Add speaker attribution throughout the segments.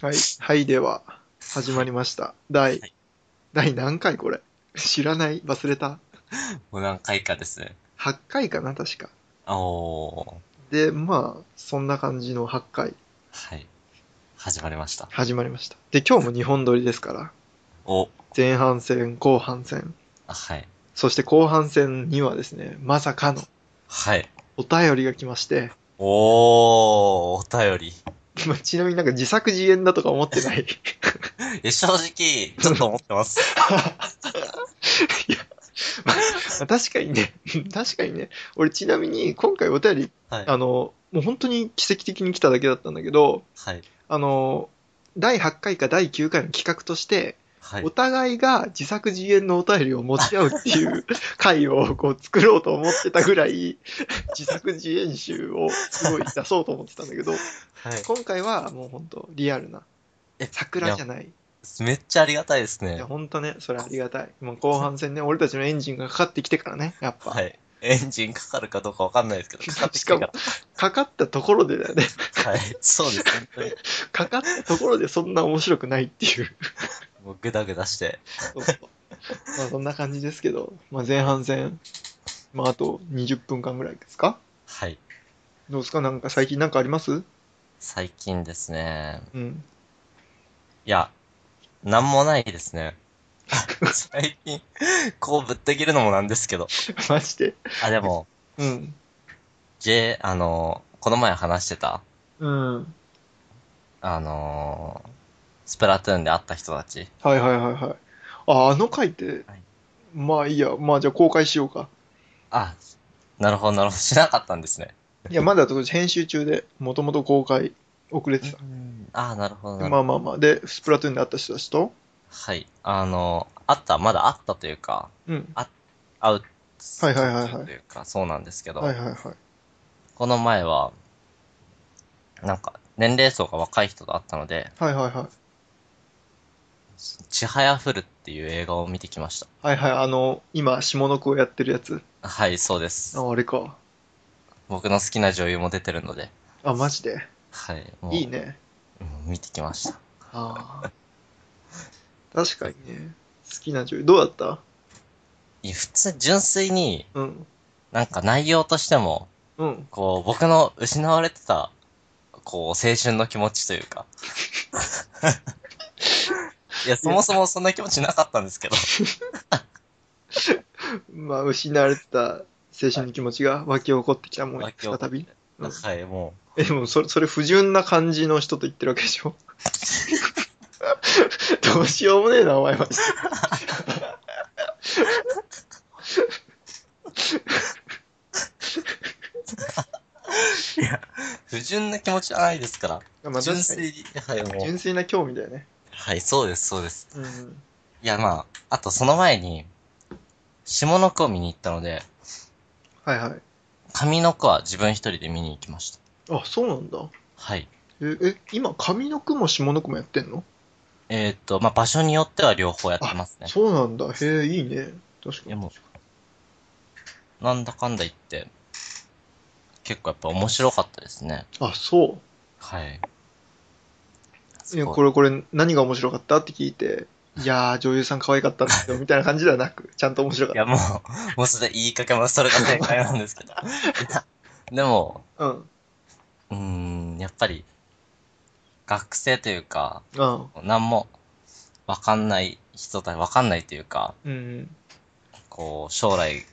Speaker 1: はい、はい、では、始まりました。第、
Speaker 2: はい
Speaker 1: 第何回これ知らない忘れた
Speaker 2: もう何回かですね。
Speaker 1: ?8 回かな、確か。
Speaker 2: おー。
Speaker 1: で、まあ、そんな感じの8回、
Speaker 2: はい。始まりました。
Speaker 1: 始まりました。で、今日も2本撮りですから、
Speaker 2: お。
Speaker 1: 前半戦、後半戦、
Speaker 2: あ、はい。
Speaker 1: そして後半戦にはですね、まさかの
Speaker 2: はい。
Speaker 1: お便りが来まして、
Speaker 2: おー、お便り。
Speaker 1: まあちなみになんか自作自演だとか思って ない。
Speaker 2: え、正直、ちょっと思ってます。
Speaker 1: いや、 まあ確かにね、 確かにね、俺ちなみに今回お便り
Speaker 2: はい。
Speaker 1: あの、もう本当に奇跡的に来ただけだったんだけど、
Speaker 2: はい。
Speaker 1: あの、第8回か第9回の企画として、
Speaker 2: はい
Speaker 1: お。互いが自作自演のお便りを持ち合うっていう回をこう作ろうと思ってたぐらい、 自作自演集をすごい出そうと思ってたんだ けど、
Speaker 2: はい。
Speaker 1: 今回はもう本当リアルな。
Speaker 2: え
Speaker 1: 桜じゃない。い
Speaker 2: めっちゃありがたいですね
Speaker 1: や、。本当ね、それありがたい。もう後半戦ね、俺たちのエンジンがかかってきてからね、やっぱ。
Speaker 2: はい。エンジンかかるかどうかわかんないですけ ど、かかってき
Speaker 1: してか
Speaker 2: か
Speaker 1: も、かかったところでだよね。
Speaker 2: ら。はい。そうです。本当に。
Speaker 1: かかったところでそんな面白くないっていう。
Speaker 2: もうグダグダして。
Speaker 1: そうそうまあそんな感じですけど、まあ、前半戦、まあ、あと20分間ぐらいですか
Speaker 2: はい。
Speaker 1: どうですかなんか最近なんかあります
Speaker 2: 最近ですね。
Speaker 1: うん。
Speaker 2: いや、なんもないですね。 最近、こうぶって切るのもなんですけど。
Speaker 1: マジで。
Speaker 2: あ、でも、
Speaker 1: うん。
Speaker 2: J、あの、この前話してた、
Speaker 1: うん。はい
Speaker 2: あの、スプラトゥーンで会った人たち。
Speaker 1: はいはいはい。あ、あの回って、
Speaker 2: はい
Speaker 1: まあいいや、まあじゃあ公開しようか。
Speaker 2: あ、なるほど、なるほど。しなかったんですね。
Speaker 1: い や、まだ編集中で、もともと公開遅れてた。
Speaker 2: あ、なるほど、なるほど。
Speaker 1: まあまあまあ。で、スプラトゥーンで会った人たちと、
Speaker 2: はい。あの、会った、まだ会ったというか、
Speaker 1: うん。
Speaker 2: 会う。
Speaker 1: はいはいはいはい
Speaker 2: というか、そうなんですけど、
Speaker 1: はいはいはい。
Speaker 2: この前は、なんか、年齢層が若い人と会ったので、
Speaker 1: はいはいはい。
Speaker 2: ちはやふるっていう映画を見てきました。
Speaker 1: はいはい、あの、今、下の句をやってるやつ。
Speaker 2: はい、そうです。
Speaker 1: あ、あれか。
Speaker 2: 僕の好きな女優も出てるので、
Speaker 1: あ、マジで。
Speaker 2: はい。もう
Speaker 1: いいね。
Speaker 2: うん見てきました。
Speaker 1: ああ。 確かにね。好きな女優。どうだった
Speaker 2: いや普通、純粋に、
Speaker 1: うん。
Speaker 2: なんか内容としても、
Speaker 1: うん。
Speaker 2: こう、僕の失われてた、こう、青春の気持ちとい うか。いや、そもそもそんな気持ちなかったんですけど。
Speaker 1: まあ、失われてた青春の気持ちが湧き起こってきたもん、
Speaker 2: 湧き起こって
Speaker 1: 再び。うん
Speaker 2: はい、も
Speaker 1: え、でも、それ、それ不純な感じの人と言ってるわけでしょ どうしようもねえな、お前は。
Speaker 2: う、不純な気持ちはないですか
Speaker 1: ま
Speaker 2: ら。
Speaker 1: あ、
Speaker 2: 純
Speaker 1: 確かに
Speaker 2: 粋に、はい、もう。
Speaker 1: 純粋な興味だよね。
Speaker 2: はい、そうです、そうです。
Speaker 1: うん。
Speaker 2: いや、まあ、あとその前に、下の句を見に行ったので、
Speaker 1: はいはい。
Speaker 2: 上の句は自分一人で見に行きました。
Speaker 1: あ、そうなんだ。
Speaker 2: はい。
Speaker 1: え、え今、上の句も下の句もやってんの
Speaker 2: えーっと、まあ、場所によっては両方やってますね。
Speaker 1: そうなんだ。へえ、いいね。確
Speaker 2: い
Speaker 1: か
Speaker 2: や
Speaker 1: に。
Speaker 2: もう、なんだかんだ言って、結構やっぱ面白かったですね。
Speaker 1: あ、そう。
Speaker 2: はい。
Speaker 1: え、
Speaker 2: そう
Speaker 1: これこれ何が面白かったって聞い て、いやー女優さん可愛かったんですよ、みたいな感じではなく、ちゃんと面白
Speaker 2: い
Speaker 1: かっ
Speaker 2: やもう、もうすでに言いかけます。それが正解なんですけど。いやでも、
Speaker 1: た。うん。
Speaker 2: うーん、やっぱり、学生というか、
Speaker 1: うん。
Speaker 2: 何もわかんない人たち、わかんないというか、
Speaker 1: うん。
Speaker 2: こう、将来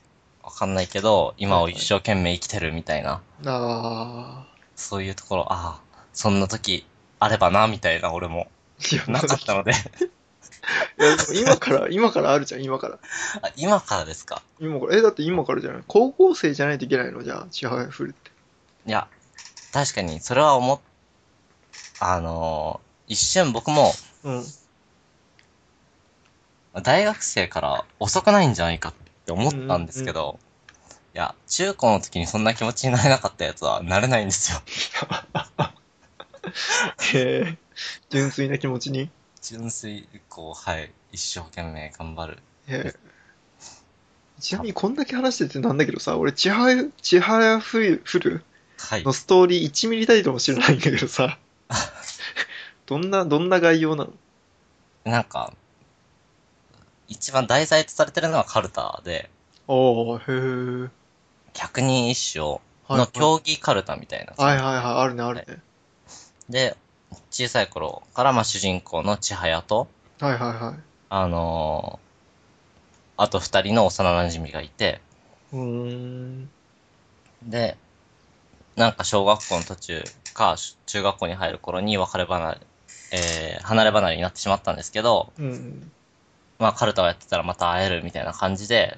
Speaker 2: わかんないけど、今を一生懸命生きてるみたいな、
Speaker 1: あ
Speaker 2: そういうところ、ああ、そんな時あればな、みたいな俺も、
Speaker 1: ー。いや、
Speaker 2: なかったので。
Speaker 1: いやでも今から、今からあるじゃん、今から。
Speaker 2: あ今からですか
Speaker 1: 今から。え、だって今からじゃない高校生じゃないといけないのじゃあ、ちはやふるって。
Speaker 2: いや、確かに、それは思っ、あのー一瞬僕も、
Speaker 1: うん。
Speaker 2: 大学生から遅くないんじゃないかって思ったんですけど、いや、中高の時にそんな気持ちになれなかったやつはなれないんですよ。
Speaker 1: へえ。純粋な気持ちに。
Speaker 2: 純粋、こう、はい、一生懸命頑張る。
Speaker 1: へえ。ちなみにこんだけ話しててなんだけどさ、俺、ちはや、ちはやふる
Speaker 2: はい
Speaker 1: の。ストーリー1ミリたりとも知らないんだけどさ、どんな、どんな概要なの
Speaker 2: なんか、一番題材とされてるのはカルタで、
Speaker 1: おおへえ。
Speaker 2: 百人一首
Speaker 1: はい
Speaker 2: の競技カルタみたいな。
Speaker 1: はいはいはい、あるね、あるね。
Speaker 2: で、小さい頃から、まあ、主人公の千早と、
Speaker 1: はいはいは
Speaker 2: あのーあと二人の幼馴染がいて、
Speaker 1: い。うーん。
Speaker 2: で、なんか小学校の途中か、中学校に入る頃に別れ離れ、えー離れ離れになってしまったんですけど、
Speaker 1: うん。
Speaker 2: まあ、カルタをやってたらまた会えるみたいな感じで、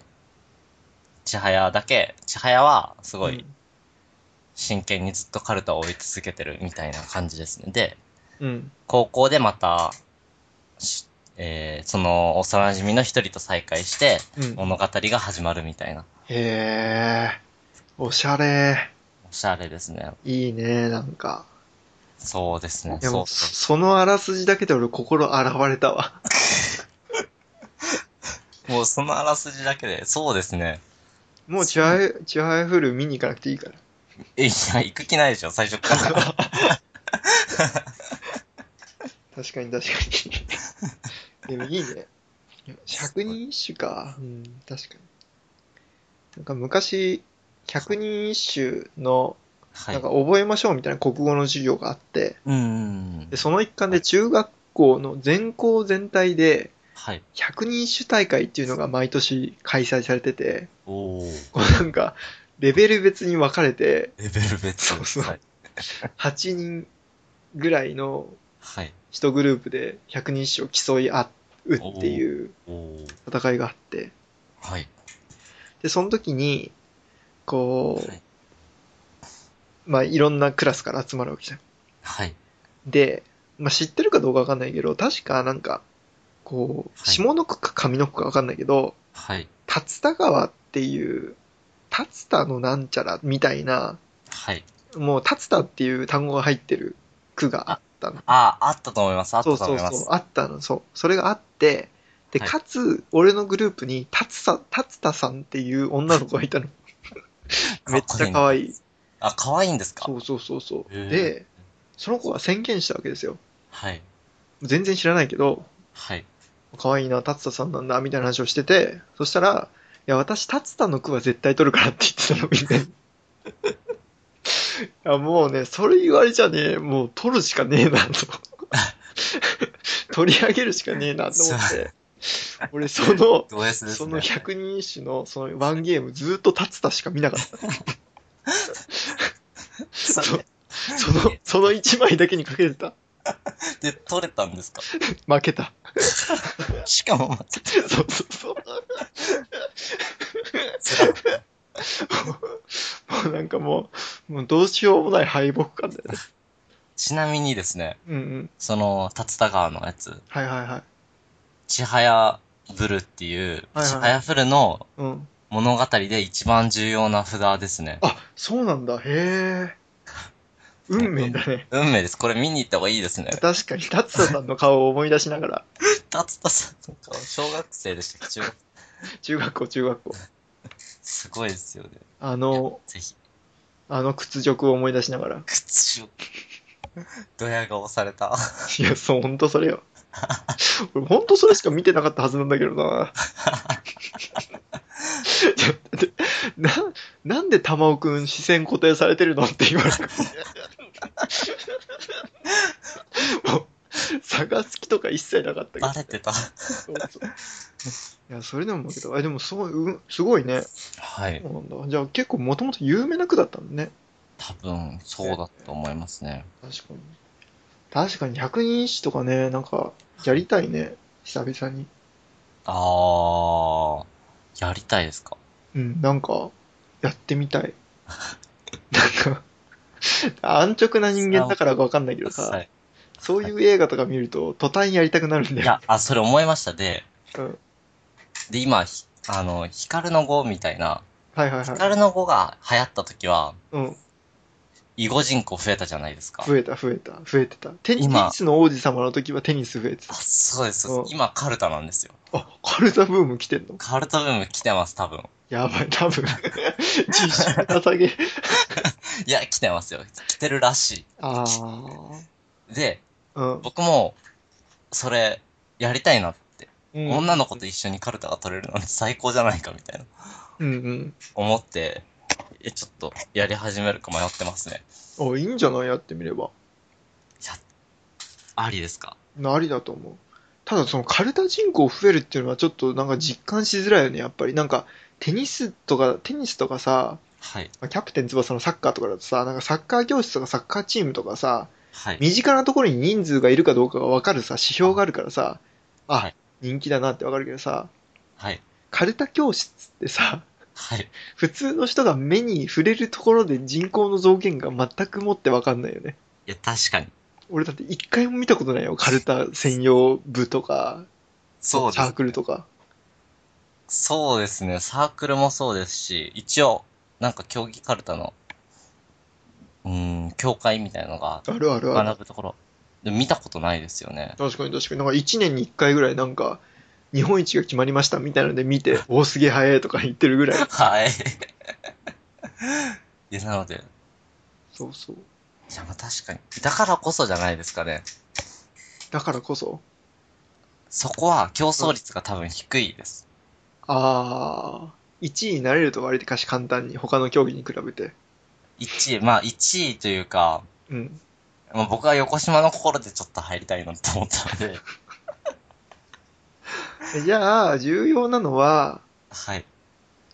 Speaker 2: 千早だけ、千早はすごい。真剣にずっとカルタを追い続けてるみたいな感じですね。で、
Speaker 1: うん。
Speaker 2: 高校でまた、しえーその幼馴染の一人と再会して、
Speaker 1: うん。
Speaker 2: 物語が始まるみたいな。
Speaker 1: へえ。おしゃれ。
Speaker 2: おしゃれですね。
Speaker 1: いいね、なんか。
Speaker 2: そうですね。
Speaker 1: いや
Speaker 2: そ
Speaker 1: も
Speaker 2: う
Speaker 1: う、そ
Speaker 2: そ。
Speaker 1: うそのあらすじだけで俺心洗われたわ。
Speaker 2: もうそのあらすじだけで、そうですね。
Speaker 1: もうチアヘ、チアヘフル見に行かなくていいから。
Speaker 2: え、いや、行く気ないでしょ、最初 から。
Speaker 1: 確かに確かに。でもいいね。百人一首か。うん、確かに。なんか昔、百人一首の、
Speaker 2: は
Speaker 1: ないんか。覚えましょうみたいな国語の授業があって、
Speaker 2: うんうんうん
Speaker 1: で、。その一環で中学校の全校全体で、
Speaker 2: はい。
Speaker 1: 百人一首大会っていうのが毎年開催されてて、
Speaker 2: おー。
Speaker 1: こうなんか、レベル別に分かれて、
Speaker 2: レベル別。
Speaker 1: そうそう
Speaker 2: はい。
Speaker 1: 8人ぐらいの
Speaker 2: はい。
Speaker 1: 1グループで百人一首を競い合うっていう
Speaker 2: おー。
Speaker 1: 戦いがあって、
Speaker 2: はい。
Speaker 1: で、その時に、こ、
Speaker 2: はいう
Speaker 1: まあ、いろんなクラスから集まるわけじゃん。
Speaker 2: はい。
Speaker 1: で、まあ、知ってるかどうかわかんないけど、確かなんか、こう、
Speaker 2: はい
Speaker 1: 下の句か上の句かわかんないけど、
Speaker 2: はい。
Speaker 1: 竜田川っていう、竜田のなんちゃらみたいな、
Speaker 2: はい。
Speaker 1: もう竜田っていう単語が入ってる句があったの。
Speaker 2: ああ、あったと思います。あった
Speaker 1: そ
Speaker 2: と
Speaker 1: うそ
Speaker 2: 思
Speaker 1: う
Speaker 2: いま
Speaker 1: そう
Speaker 2: す、。
Speaker 1: あったの、そう。それがあって、で、
Speaker 2: はい
Speaker 1: かつ、俺のグループに、竜田、竜田さんっていう女の子がい たの。めっちゃ可愛い。
Speaker 2: あ、可愛いんですか
Speaker 1: そうそうそうそう。
Speaker 2: へえ
Speaker 1: で、その子が宣言したわけですよ。
Speaker 2: はい。
Speaker 1: 全然知らないけど、
Speaker 2: はい。
Speaker 1: 可愛いな、達田さんなんだ、みたいな話をしてて、そしたら、いや、私、達田の句は絶対取るからって言ってたの、みんなに。いや、もうね、それ言われちゃね、もう取るしかねえな、と。取り上げるしかねえな、と思って。俺、その、
Speaker 2: ド S です
Speaker 1: そ
Speaker 2: ね
Speaker 1: の。百人一首の、そのワンゲーム、ずっと達田しか見なかった。そ
Speaker 2: そ
Speaker 1: その、その一枚だけにかけてた。
Speaker 2: で、取れたんですか
Speaker 1: 負けた。
Speaker 2: しかも、また、
Speaker 1: そうそうそう。
Speaker 2: 辛い
Speaker 1: もうなんかもう、もうどうしようもない敗北感だよね。
Speaker 2: ちなみにですね、
Speaker 1: うんうん。
Speaker 2: その、竜田川のやつ、
Speaker 1: はいはいはい。
Speaker 2: ちはやブルっていう、
Speaker 1: はいはい
Speaker 2: ちはやフルの
Speaker 1: うん。
Speaker 2: 物語で一番重要な札ですね。
Speaker 1: あ、そうなんだ。へえ。運命だね。
Speaker 2: 運命です。これ見に行った方がいいですね。
Speaker 1: 確かに、達也さんの顔を思い出しながら、
Speaker 2: 竜田さんの顔、小学生でしたっけ中学
Speaker 1: 中学校、中学校。
Speaker 2: すごいですよね。
Speaker 1: あの、
Speaker 2: ぜひ、
Speaker 1: あの屈辱を思い出しながら。
Speaker 2: 口を、ドヤ顔された。
Speaker 1: いや、そう、ほんとそれよ。俺、ほんとそれしか見てなかったはずなんだけどな。 ちょっとでな、なんで玉尾くん視線固定されてるの って言われた。もう、差が好きとか一切なかったけど。
Speaker 2: バレてた。
Speaker 1: そうそういや、それでも負けた。え、でもすごい、うんすごいね。
Speaker 2: はい
Speaker 1: そ。うなんだ。じゃあ結構もともと有名な句だったんだね。
Speaker 2: 多分、そうだと思いますね。
Speaker 1: 確かに。確かに、百人一首とかね、なんか、やりたいね。久々に。
Speaker 2: あー、やりたいですか
Speaker 1: うん、なんか、やってみたい。 なんか、安直な人間だからかわかんないけど
Speaker 2: は
Speaker 1: さ、
Speaker 2: い。
Speaker 1: そういう映画とか見ると、途端やりたくなるんだ
Speaker 2: い
Speaker 1: よ。
Speaker 2: や、あ、それ思いました。で、
Speaker 1: うん、
Speaker 2: で、今、ひあの、光の語みたいな、
Speaker 1: はいはいはい。
Speaker 2: 光の語が流行った時は、
Speaker 1: うん、
Speaker 2: 囲碁人口増えたじゃないですか。
Speaker 1: 増えた増えた、増えてた。テニテ
Speaker 2: 今
Speaker 1: ニスの王子様の時はテニス増えて
Speaker 2: あ
Speaker 1: た。
Speaker 2: そうです。そうです
Speaker 1: う
Speaker 2: 今、カルタなんですよ。
Speaker 1: あ、カルタブーム来てんの
Speaker 2: カルタブーム来てます、多分。
Speaker 1: やばい、多 分。実習捧げ。
Speaker 2: いや、来てますよ。来てるらし
Speaker 1: あー。
Speaker 2: い。で、
Speaker 1: うん。
Speaker 2: 僕も、それ、やりたいなって、
Speaker 1: うん
Speaker 2: 女の子と一緒にカル タが取れるなんて最高じゃないかみたいな、
Speaker 1: うんうん。
Speaker 2: 思って、え、ちょっと、やり始めるか迷ってますね。
Speaker 1: あ、いいんじゃないやってみれば。
Speaker 2: ありですか
Speaker 1: ありだと思う。ただそのカルタ人口増えるっていうのはちょっとなんか実感しづらいよね、やっぱり。なんかテニスとか、テニスとかさ、
Speaker 2: はい。
Speaker 1: キャプテン翼のサッカーとかだとさ、なんかサッカー教室とかサッカーチームとかさ、
Speaker 2: はい。
Speaker 1: 身近なところに人数がいるかどうかがわかるさ、指標があるからさ、あ、
Speaker 2: はい
Speaker 1: 人気だなってわかるけどさ、
Speaker 2: はい。
Speaker 1: カルタ教室ってさ、
Speaker 2: はい。
Speaker 1: 普通の人が目に触れるところで人口の増減が全くもってわかんないよね。
Speaker 2: いや、確かに。
Speaker 1: 俺だって一回も見たことないよ、カルタ専用部とか、
Speaker 2: そうです
Speaker 1: サークルとか。
Speaker 2: そうですね。サークルもそうですし、一応、なんか競技カルタの、うーん、協会みたいなのが
Speaker 1: あるあるある。
Speaker 2: 学ぶところ。でも見たことないですよね。
Speaker 1: 確かに確かに。なんか1年に1回ぐらいなんか、日本一が決まりましたみたいなので見 て、おおすげえ早いとか言ってるぐらい。
Speaker 2: はい。 いや、なので、い
Speaker 1: そうそう。
Speaker 2: や、まあ確かに。だからこそじゃないですかね。
Speaker 1: だからこそ、
Speaker 2: そこは競争率が多分低いです。
Speaker 1: あー、1位になれると割とかし簡単に、他の競技に比べて。
Speaker 2: 1位、まあ1位というか、
Speaker 1: うん。
Speaker 2: まあ、僕は横島の心でちょっと入りたいなと思ったので、
Speaker 1: えじゃあ、重要なのは、
Speaker 2: はい。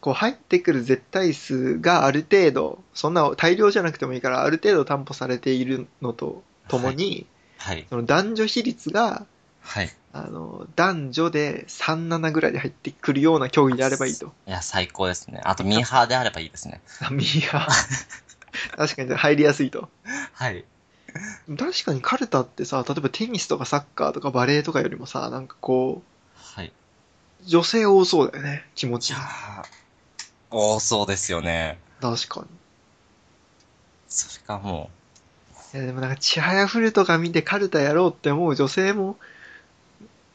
Speaker 1: こう入ってくる絶対数がある程度、そんな大量じゃなくてもいいから、ある程度担保されているのとともに、
Speaker 2: はい。
Speaker 1: その男女比率が、
Speaker 2: はい。
Speaker 1: あの、男女で3、7ぐらいで入ってくるような競技であればいいと。
Speaker 2: いや、最高ですね。あと、ミーハーであればいいですね。
Speaker 1: あミーハー。確かに入りやすいと。
Speaker 2: はい。
Speaker 1: 確かにカルタってさ、例えばテニスとかサッカーとかバレーとかよりもさ、なんかこ
Speaker 2: はい。
Speaker 1: う、女性多そうだよね、気持
Speaker 2: い
Speaker 1: ち
Speaker 2: や。ー、多そうですよね。
Speaker 1: 確かに。
Speaker 2: それかも、
Speaker 1: いやでもなんか、ちはやふるとか見てカルタやろうって思う女性も、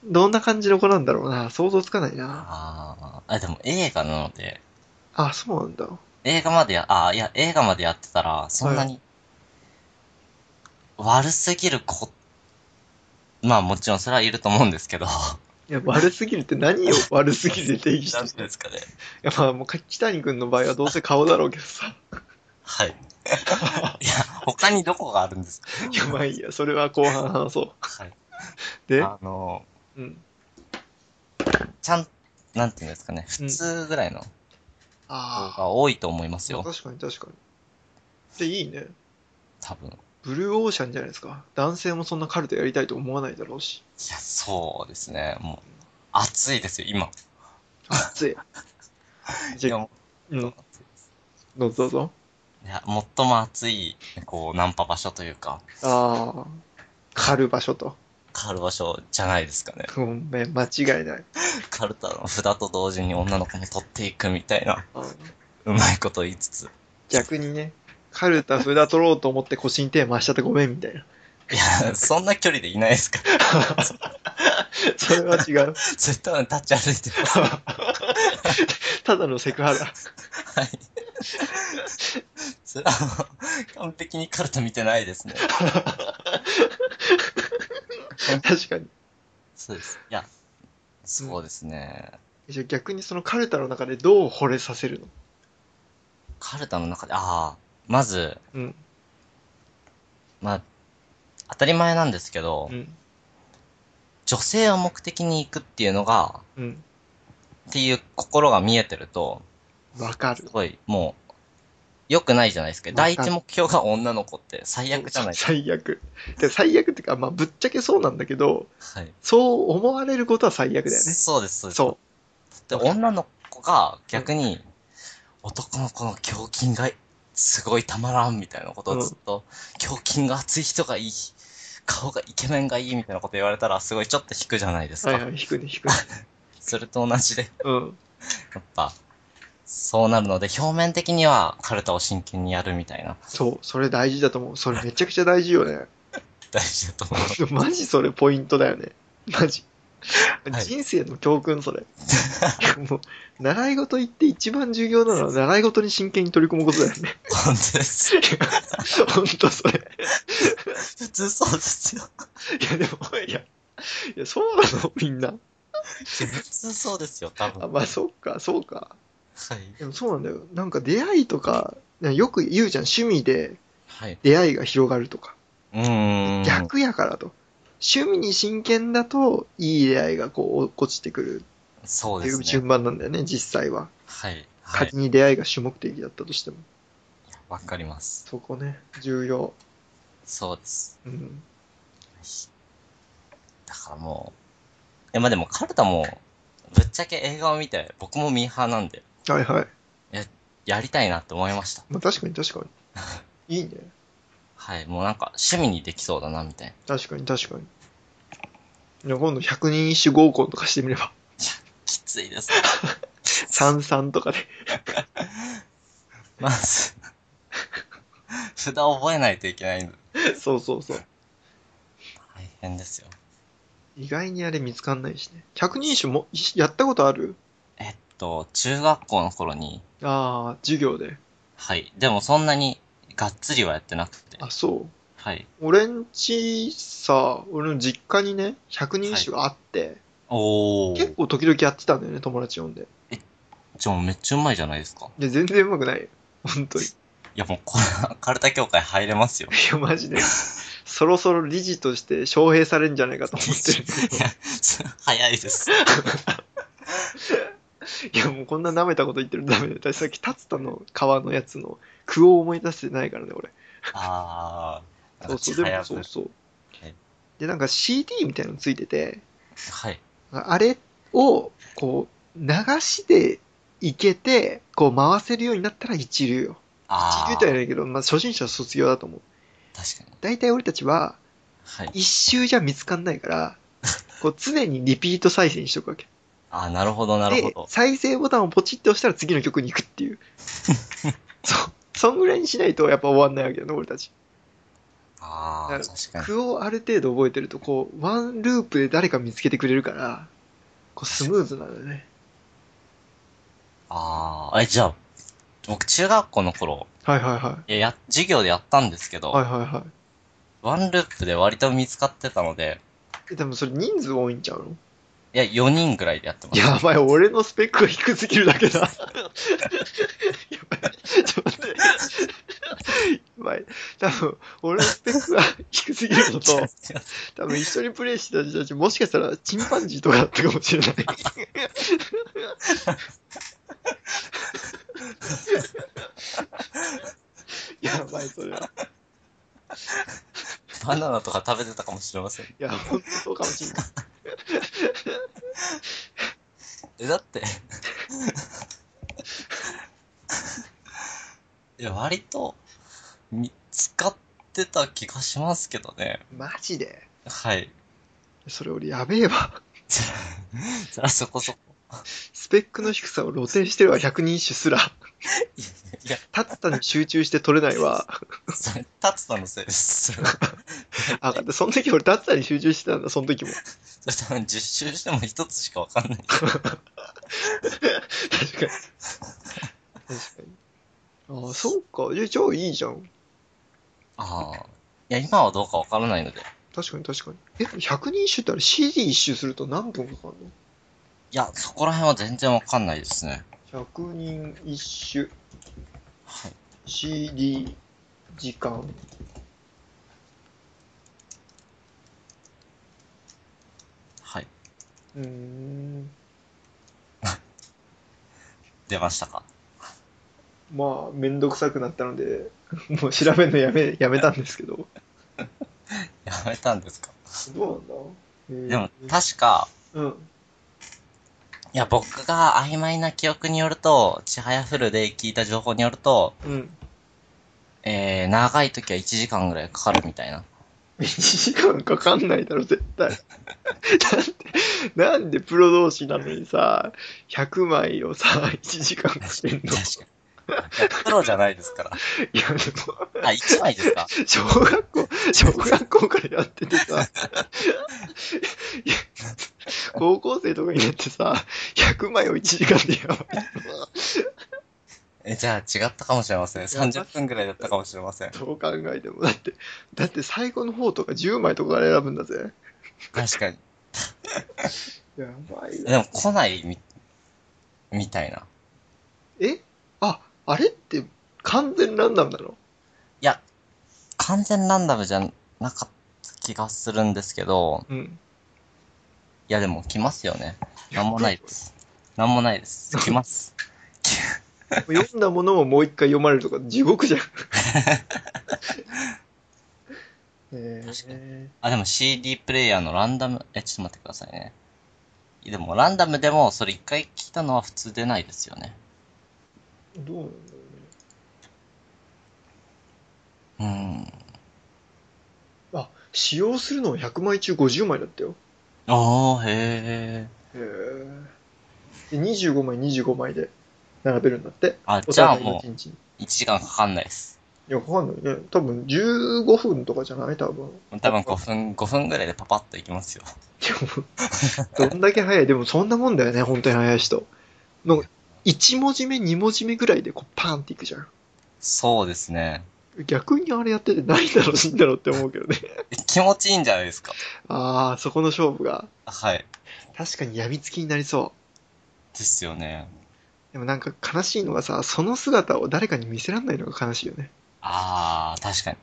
Speaker 1: どんな感じの子なんだろうな、想像つかないうな。
Speaker 2: あー、あ、でも映画なので、
Speaker 1: あ、そうなんだ。
Speaker 2: 映画までや、あー、いや、映画までやってたら、そんなに、悪すぎる子、まあもちろんそれはいると思うんですけど、
Speaker 1: いや、悪すぎるって何を悪すぎるで定義して
Speaker 2: な
Speaker 1: る
Speaker 2: んですかね。
Speaker 1: いや、まあ、もう、北谷君の場合はどうせ顔だろうけど さ。
Speaker 2: はい。いや、他にどこがあるんですか
Speaker 1: いや、まあいいや、それは後半話そう。
Speaker 2: はい。
Speaker 1: で、
Speaker 2: あの、
Speaker 1: うん。
Speaker 2: ちゃん、なんていうんですかね、普通ぐらいの
Speaker 1: ああ。
Speaker 2: 子が多いと思いますよ、
Speaker 1: 確かに確かに。で、いいね。
Speaker 2: 多分。
Speaker 1: ブルーオーシャンじゃないですか。男性もそんなカルタやりたいと思わないだろうし。
Speaker 2: いや、そうですね。もう、暑いですよ、今。
Speaker 1: 熱い。
Speaker 2: い
Speaker 1: じ
Speaker 2: や、
Speaker 1: ゃあ、
Speaker 2: も
Speaker 1: うん、どうぞどうぞ。
Speaker 2: いや最も暑い、こう、ナンパ場所というか、
Speaker 1: ああ、狩る場所と。
Speaker 2: 狩る場所じゃないですかね。
Speaker 1: ごめん、間違いない。
Speaker 2: カルタの札と同時に女の子も取っていくみたいな、
Speaker 1: あー
Speaker 2: うまいこと言いつつ。
Speaker 1: 逆にね、カルタ札取ろうと思って腰に手回しちゃってごめんみたいな。
Speaker 2: いや、そんな距離でいないですから。
Speaker 1: それは違う。
Speaker 2: ずっと立ち歩いてます。
Speaker 1: ただのセクハラ。
Speaker 2: はい。それは、完璧にカルタ見てないですね。
Speaker 1: 確かに。
Speaker 2: そうです。いや、そうですね。
Speaker 1: じゃあ逆にそのカルタの中でどう惚れさせるの
Speaker 2: カルタの中で、ああ、まず、
Speaker 1: うん。
Speaker 2: まあ、当たり前なんですけど、
Speaker 1: うん。
Speaker 2: 女性を目的に行くっていうのが、
Speaker 1: うん。
Speaker 2: っていう心が見えてると、
Speaker 1: わかる
Speaker 2: す。ごい、もう、良くないじゃないですか。
Speaker 1: わか
Speaker 2: 第
Speaker 1: る
Speaker 2: 一目標が女の子って最悪じゃないですか。
Speaker 1: 最悪。で最悪っていうか、まあ、ぶっちゃけそうなんだけど、
Speaker 2: はい。
Speaker 1: そう思われることは最悪だよね。
Speaker 2: そうです、そうです。
Speaker 1: そ
Speaker 2: で、女の子が逆に、男の子の胸筋がすごいたまらんみたいなことをずっと、胸筋が厚い人がいい、顔がイケメンがいいみたいなこと言われたら、すごいちょっと引くじゃないです
Speaker 1: う。
Speaker 2: か。
Speaker 1: はいはい、引くね、引くね。
Speaker 2: それと同じで、
Speaker 1: うん。
Speaker 2: やっぱ、そうなるので、表面的にはカルタを真剣にやるみたいな、
Speaker 1: そう、それ大事だと思う。それめちゃくちゃ大事よね。
Speaker 2: 大事だと思います。
Speaker 1: マジそれポイントだよね。マジ。
Speaker 2: はい
Speaker 1: 人生の教訓、それ。もう、習い事行って一番重要なのは、習い事に真剣に取り組むことだよね。
Speaker 2: 本当です。
Speaker 1: ほんとそれ。
Speaker 2: 普通そうですよ。
Speaker 1: いや、でも、いや、いや、そうなのみんな。
Speaker 2: 普通そうですよ、多分。
Speaker 1: あ、
Speaker 2: はい。
Speaker 1: まあ、そうか、そうか。でもそうなんだよ。なんか出会いとか、よく言うじゃん、趣味で
Speaker 2: はい。
Speaker 1: 出会いが広がるとか。
Speaker 2: うーん。
Speaker 1: 逆やからと。趣味に真剣だと、いい出会いがこう、落ちてくる
Speaker 2: そ
Speaker 1: っ
Speaker 2: う
Speaker 1: て
Speaker 2: で
Speaker 1: い
Speaker 2: す
Speaker 1: う
Speaker 2: ね。
Speaker 1: 順番なんだよね、実際は。
Speaker 2: はい。はい
Speaker 1: 仮。に出会いが主目的だったとしても。
Speaker 2: わかります。
Speaker 1: そこね、重要。
Speaker 2: そうです。
Speaker 1: うん。
Speaker 2: だからもう。え、まあでも、カルタも、ぶっちゃけ映画を見て、僕もミーハーなんで、
Speaker 1: はいはい。
Speaker 2: やりたいなって思いました。
Speaker 1: まあ、確かに確か に。いいね。
Speaker 2: はい。もうなんか、趣味にできそうだな、みたいな。
Speaker 1: 確かに確かに。いや今度100人一首合コンとかしてみれ ば。
Speaker 2: きつ いです。
Speaker 1: 33とかで。
Speaker 2: まず、札覚えないといけないんで。
Speaker 1: そうそうそう。
Speaker 2: 大変ですよ。
Speaker 1: 意外にあれ見つかんないしね。100人一首も、いやったことある
Speaker 2: えっと、中学校の頃に、
Speaker 1: ああ、授業で。
Speaker 2: はい。でもそんなに、がっつりはやってなくて。
Speaker 1: あ、そう。
Speaker 2: はい。
Speaker 1: 俺んちさ、俺の実家にね、100人一首があって、
Speaker 2: お
Speaker 1: 結
Speaker 2: ー。
Speaker 1: 構時々やってたんだよね、友達呼んで。
Speaker 2: じゃあめっちゃうまいじゃないですか。
Speaker 1: で、全然上手くないよ。本 当に。い
Speaker 2: いやもうこれ、カルタ協会入れ ますよ。
Speaker 1: や、マジで。 そろそろ理事として招聘されるんじゃないかと思って るんだけど
Speaker 2: いや、早いです。
Speaker 1: いやもうこんな舐めたこと言ってるのダメだよ。私さっき竜田の川のやつの句を思い出してないからね、俺。
Speaker 2: あー。
Speaker 1: そうそう、でもそうそう。
Speaker 2: はい
Speaker 1: で、なんか CD みたいなのついてて、
Speaker 2: はい。
Speaker 1: あれをこう流しでいけて、こう回せるようになったら一流よ。一
Speaker 2: あ
Speaker 1: 流
Speaker 2: ー。
Speaker 1: とは言わないけど、まあ初心者は卒業だと思う。
Speaker 2: 確かに。
Speaker 1: 大体俺たちは
Speaker 2: はい。
Speaker 1: 一周じゃ見つかんない から、こう常にリピート再生にしとくわけ。
Speaker 2: あー、なるほど、なるほ
Speaker 1: で
Speaker 2: ど、。
Speaker 1: 再生ボタンをポチって押したら次の曲に行く っていう。そう。そんぐらいにしないとやっぱ終わんないわけだね、俺たち。
Speaker 2: あ
Speaker 1: な
Speaker 2: ー、
Speaker 1: る
Speaker 2: 確かに。
Speaker 1: 句をある程度覚えてると、こう、ワンループで誰か見つけてくれるから、こう、スムーズなんだよね。
Speaker 2: あー。え、じゃあ、僕中学校の頃、
Speaker 1: はいはいはい
Speaker 2: や、や授業でやったんですけど、
Speaker 1: い。はいはいは
Speaker 2: ワンループで割と見つかってたので、
Speaker 1: い。えでもそれ人数多いんちゃうの
Speaker 2: いや、4人ぐらいでやってました。
Speaker 1: やばい、俺のスペックが低すぎるだけだ。やばい、ちょっと待って。やばい、多分、俺のスペックが低すぎるのと、多分一緒にプレイしてた人たち、もしかしたらチンパンジーとかだったかもしれない。やばい、それは。
Speaker 2: バナナとか食べてたかもしれません。
Speaker 1: いや、本当そうかもしれない。
Speaker 2: え、だって。いや、割と、見つかってた気がしますけどね。
Speaker 1: マジで
Speaker 2: はい。
Speaker 1: それ俺やべえわ。
Speaker 2: そらそこそこ。
Speaker 1: スペックの低さを露呈してるわ、百人一首すら。
Speaker 2: いや、
Speaker 1: 立ったに集中して取れないわ。
Speaker 2: それ、タツさんのせいです。それ、
Speaker 1: あ、だってその時俺立ったに集中してたんだ、その時も。
Speaker 2: それ多分10周しても1つしかわかんない。
Speaker 1: 確かに。確かに。ああ、そうか。じゃあ、超いいじゃん。
Speaker 2: ああ。いや、今はどうかわからないので。
Speaker 1: 確かに確かに。え、100人一首ってあれ CD 一周すると何分かかる
Speaker 2: いや、そこら辺は全然わかんないですね。
Speaker 1: の ?100 人一首、
Speaker 2: はい。
Speaker 1: CD、時間。
Speaker 2: はい。
Speaker 1: うーん。
Speaker 2: 出ましたか。
Speaker 1: まあ、めんどくさくなったので、もう調べるのやめ、やめたんですけど。
Speaker 2: やめたんですか。
Speaker 1: どうなん
Speaker 2: で
Speaker 1: だ
Speaker 2: も、確か、
Speaker 1: うん。
Speaker 2: いや、僕が曖昧な記憶によると、ちはやふるで聞いた情報によると、
Speaker 1: うん。
Speaker 2: えー、長い時は1時間ぐらいかかるみたいな。
Speaker 1: 1時間かかんないだろ、絶 対。だって、なんでプロ同士なのにさ、100枚をさ、1時間かけんの
Speaker 2: 確かに。いや プロじゃないですから。
Speaker 1: いや、で
Speaker 2: あ、1枚ですか
Speaker 1: も、小学校、小学校からやっててさ、いや高校生とかになってさ、100枚を1時間でやばい。
Speaker 2: え、じゃあ違ったかもしれません。30分ぐらいだったかもしれません。
Speaker 1: どう考えても。だって、だって最後の方とか10枚とかから選ぶんだぜ。
Speaker 2: 確かに。
Speaker 1: やばいな。
Speaker 2: でも来ないみ、みたいな。
Speaker 1: えあ、あれって完全ランダムなの
Speaker 2: いや、完全ランダムじゃなかった気がするんですけど、
Speaker 1: うん。
Speaker 2: いやでも来ますよね。なんもないです。なんもないです。来ます。
Speaker 1: 読んだものをもう一回読まれるとか地獄じゃん。えー、
Speaker 2: あ、でも CD プレイヤーのランダム、え、ちょっと待ってくださいね。でもランダムでもそれ一回来たのは普通出ないですよね。
Speaker 1: どうなんだろ
Speaker 2: うん。
Speaker 1: うね。あ、使用するのは100枚中50枚だったよ。
Speaker 2: ああ、へえ。
Speaker 1: へーで25枚、25枚で並べるんだって。
Speaker 2: あ、
Speaker 1: お
Speaker 2: じゃあ
Speaker 1: 互いの
Speaker 2: も
Speaker 1: 1日に。
Speaker 2: う1時間かかんないです。
Speaker 1: いや、わかんないね。多分15分とかじゃない多分。
Speaker 2: 多分5分、5分ぐらいでパパッといきますよ。
Speaker 1: でもどんだけ早い。でもそんなもんだよね、本当に早い人。の1文字目、2文字目ぐらいでこうパーンっていくじゃん。
Speaker 2: そうですね。
Speaker 1: 逆にあれやっててないんだろう、死んだろうって思うけどね。
Speaker 2: え気持ちいいんじゃないですか。
Speaker 1: ああ、そこの勝負が。
Speaker 2: はい。
Speaker 1: 確かに病みつきになりそ
Speaker 2: ですよね。
Speaker 1: う。でもなんか悲しいのがさ、その姿を誰かに見せらんないのが悲しいよね。
Speaker 2: ああ、確かに。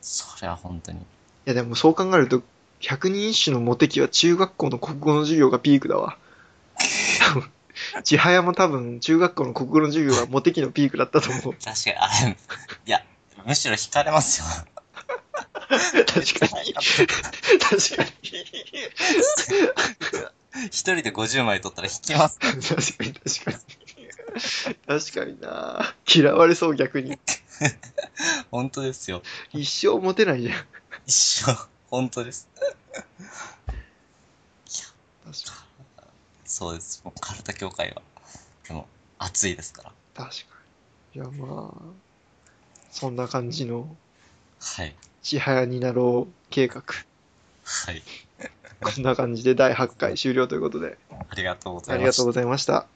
Speaker 2: それは本当に。。
Speaker 1: いやでもそう考えると、百人一首のモテ期は中学校の国語の授業がピークだわ。 多分千早も多分中学校の国語の授業がモテ期のピークだったと思う
Speaker 2: 確かに、あれ、いや、むしろ惹かれますよ。
Speaker 1: 確かに。確かに。
Speaker 2: 一人で50枚取ったら引きます。
Speaker 1: 確かに確かに。確かにな嫌われそう逆に。
Speaker 2: 本当ですよ。
Speaker 1: 一生モテないじゃん。確
Speaker 2: 一生、本当です。
Speaker 1: か
Speaker 2: そうです。もう、カルタ協会は。でも、熱いですから。
Speaker 1: に。確かに。いやまあ、そんな感じの
Speaker 2: はい。
Speaker 1: 千早になろう計画。
Speaker 2: はい。
Speaker 1: こんな感じで第8回終了ということで、
Speaker 2: ありがとうござ
Speaker 1: あ
Speaker 2: い
Speaker 1: り
Speaker 2: ま
Speaker 1: が
Speaker 2: した
Speaker 1: とう。ございました。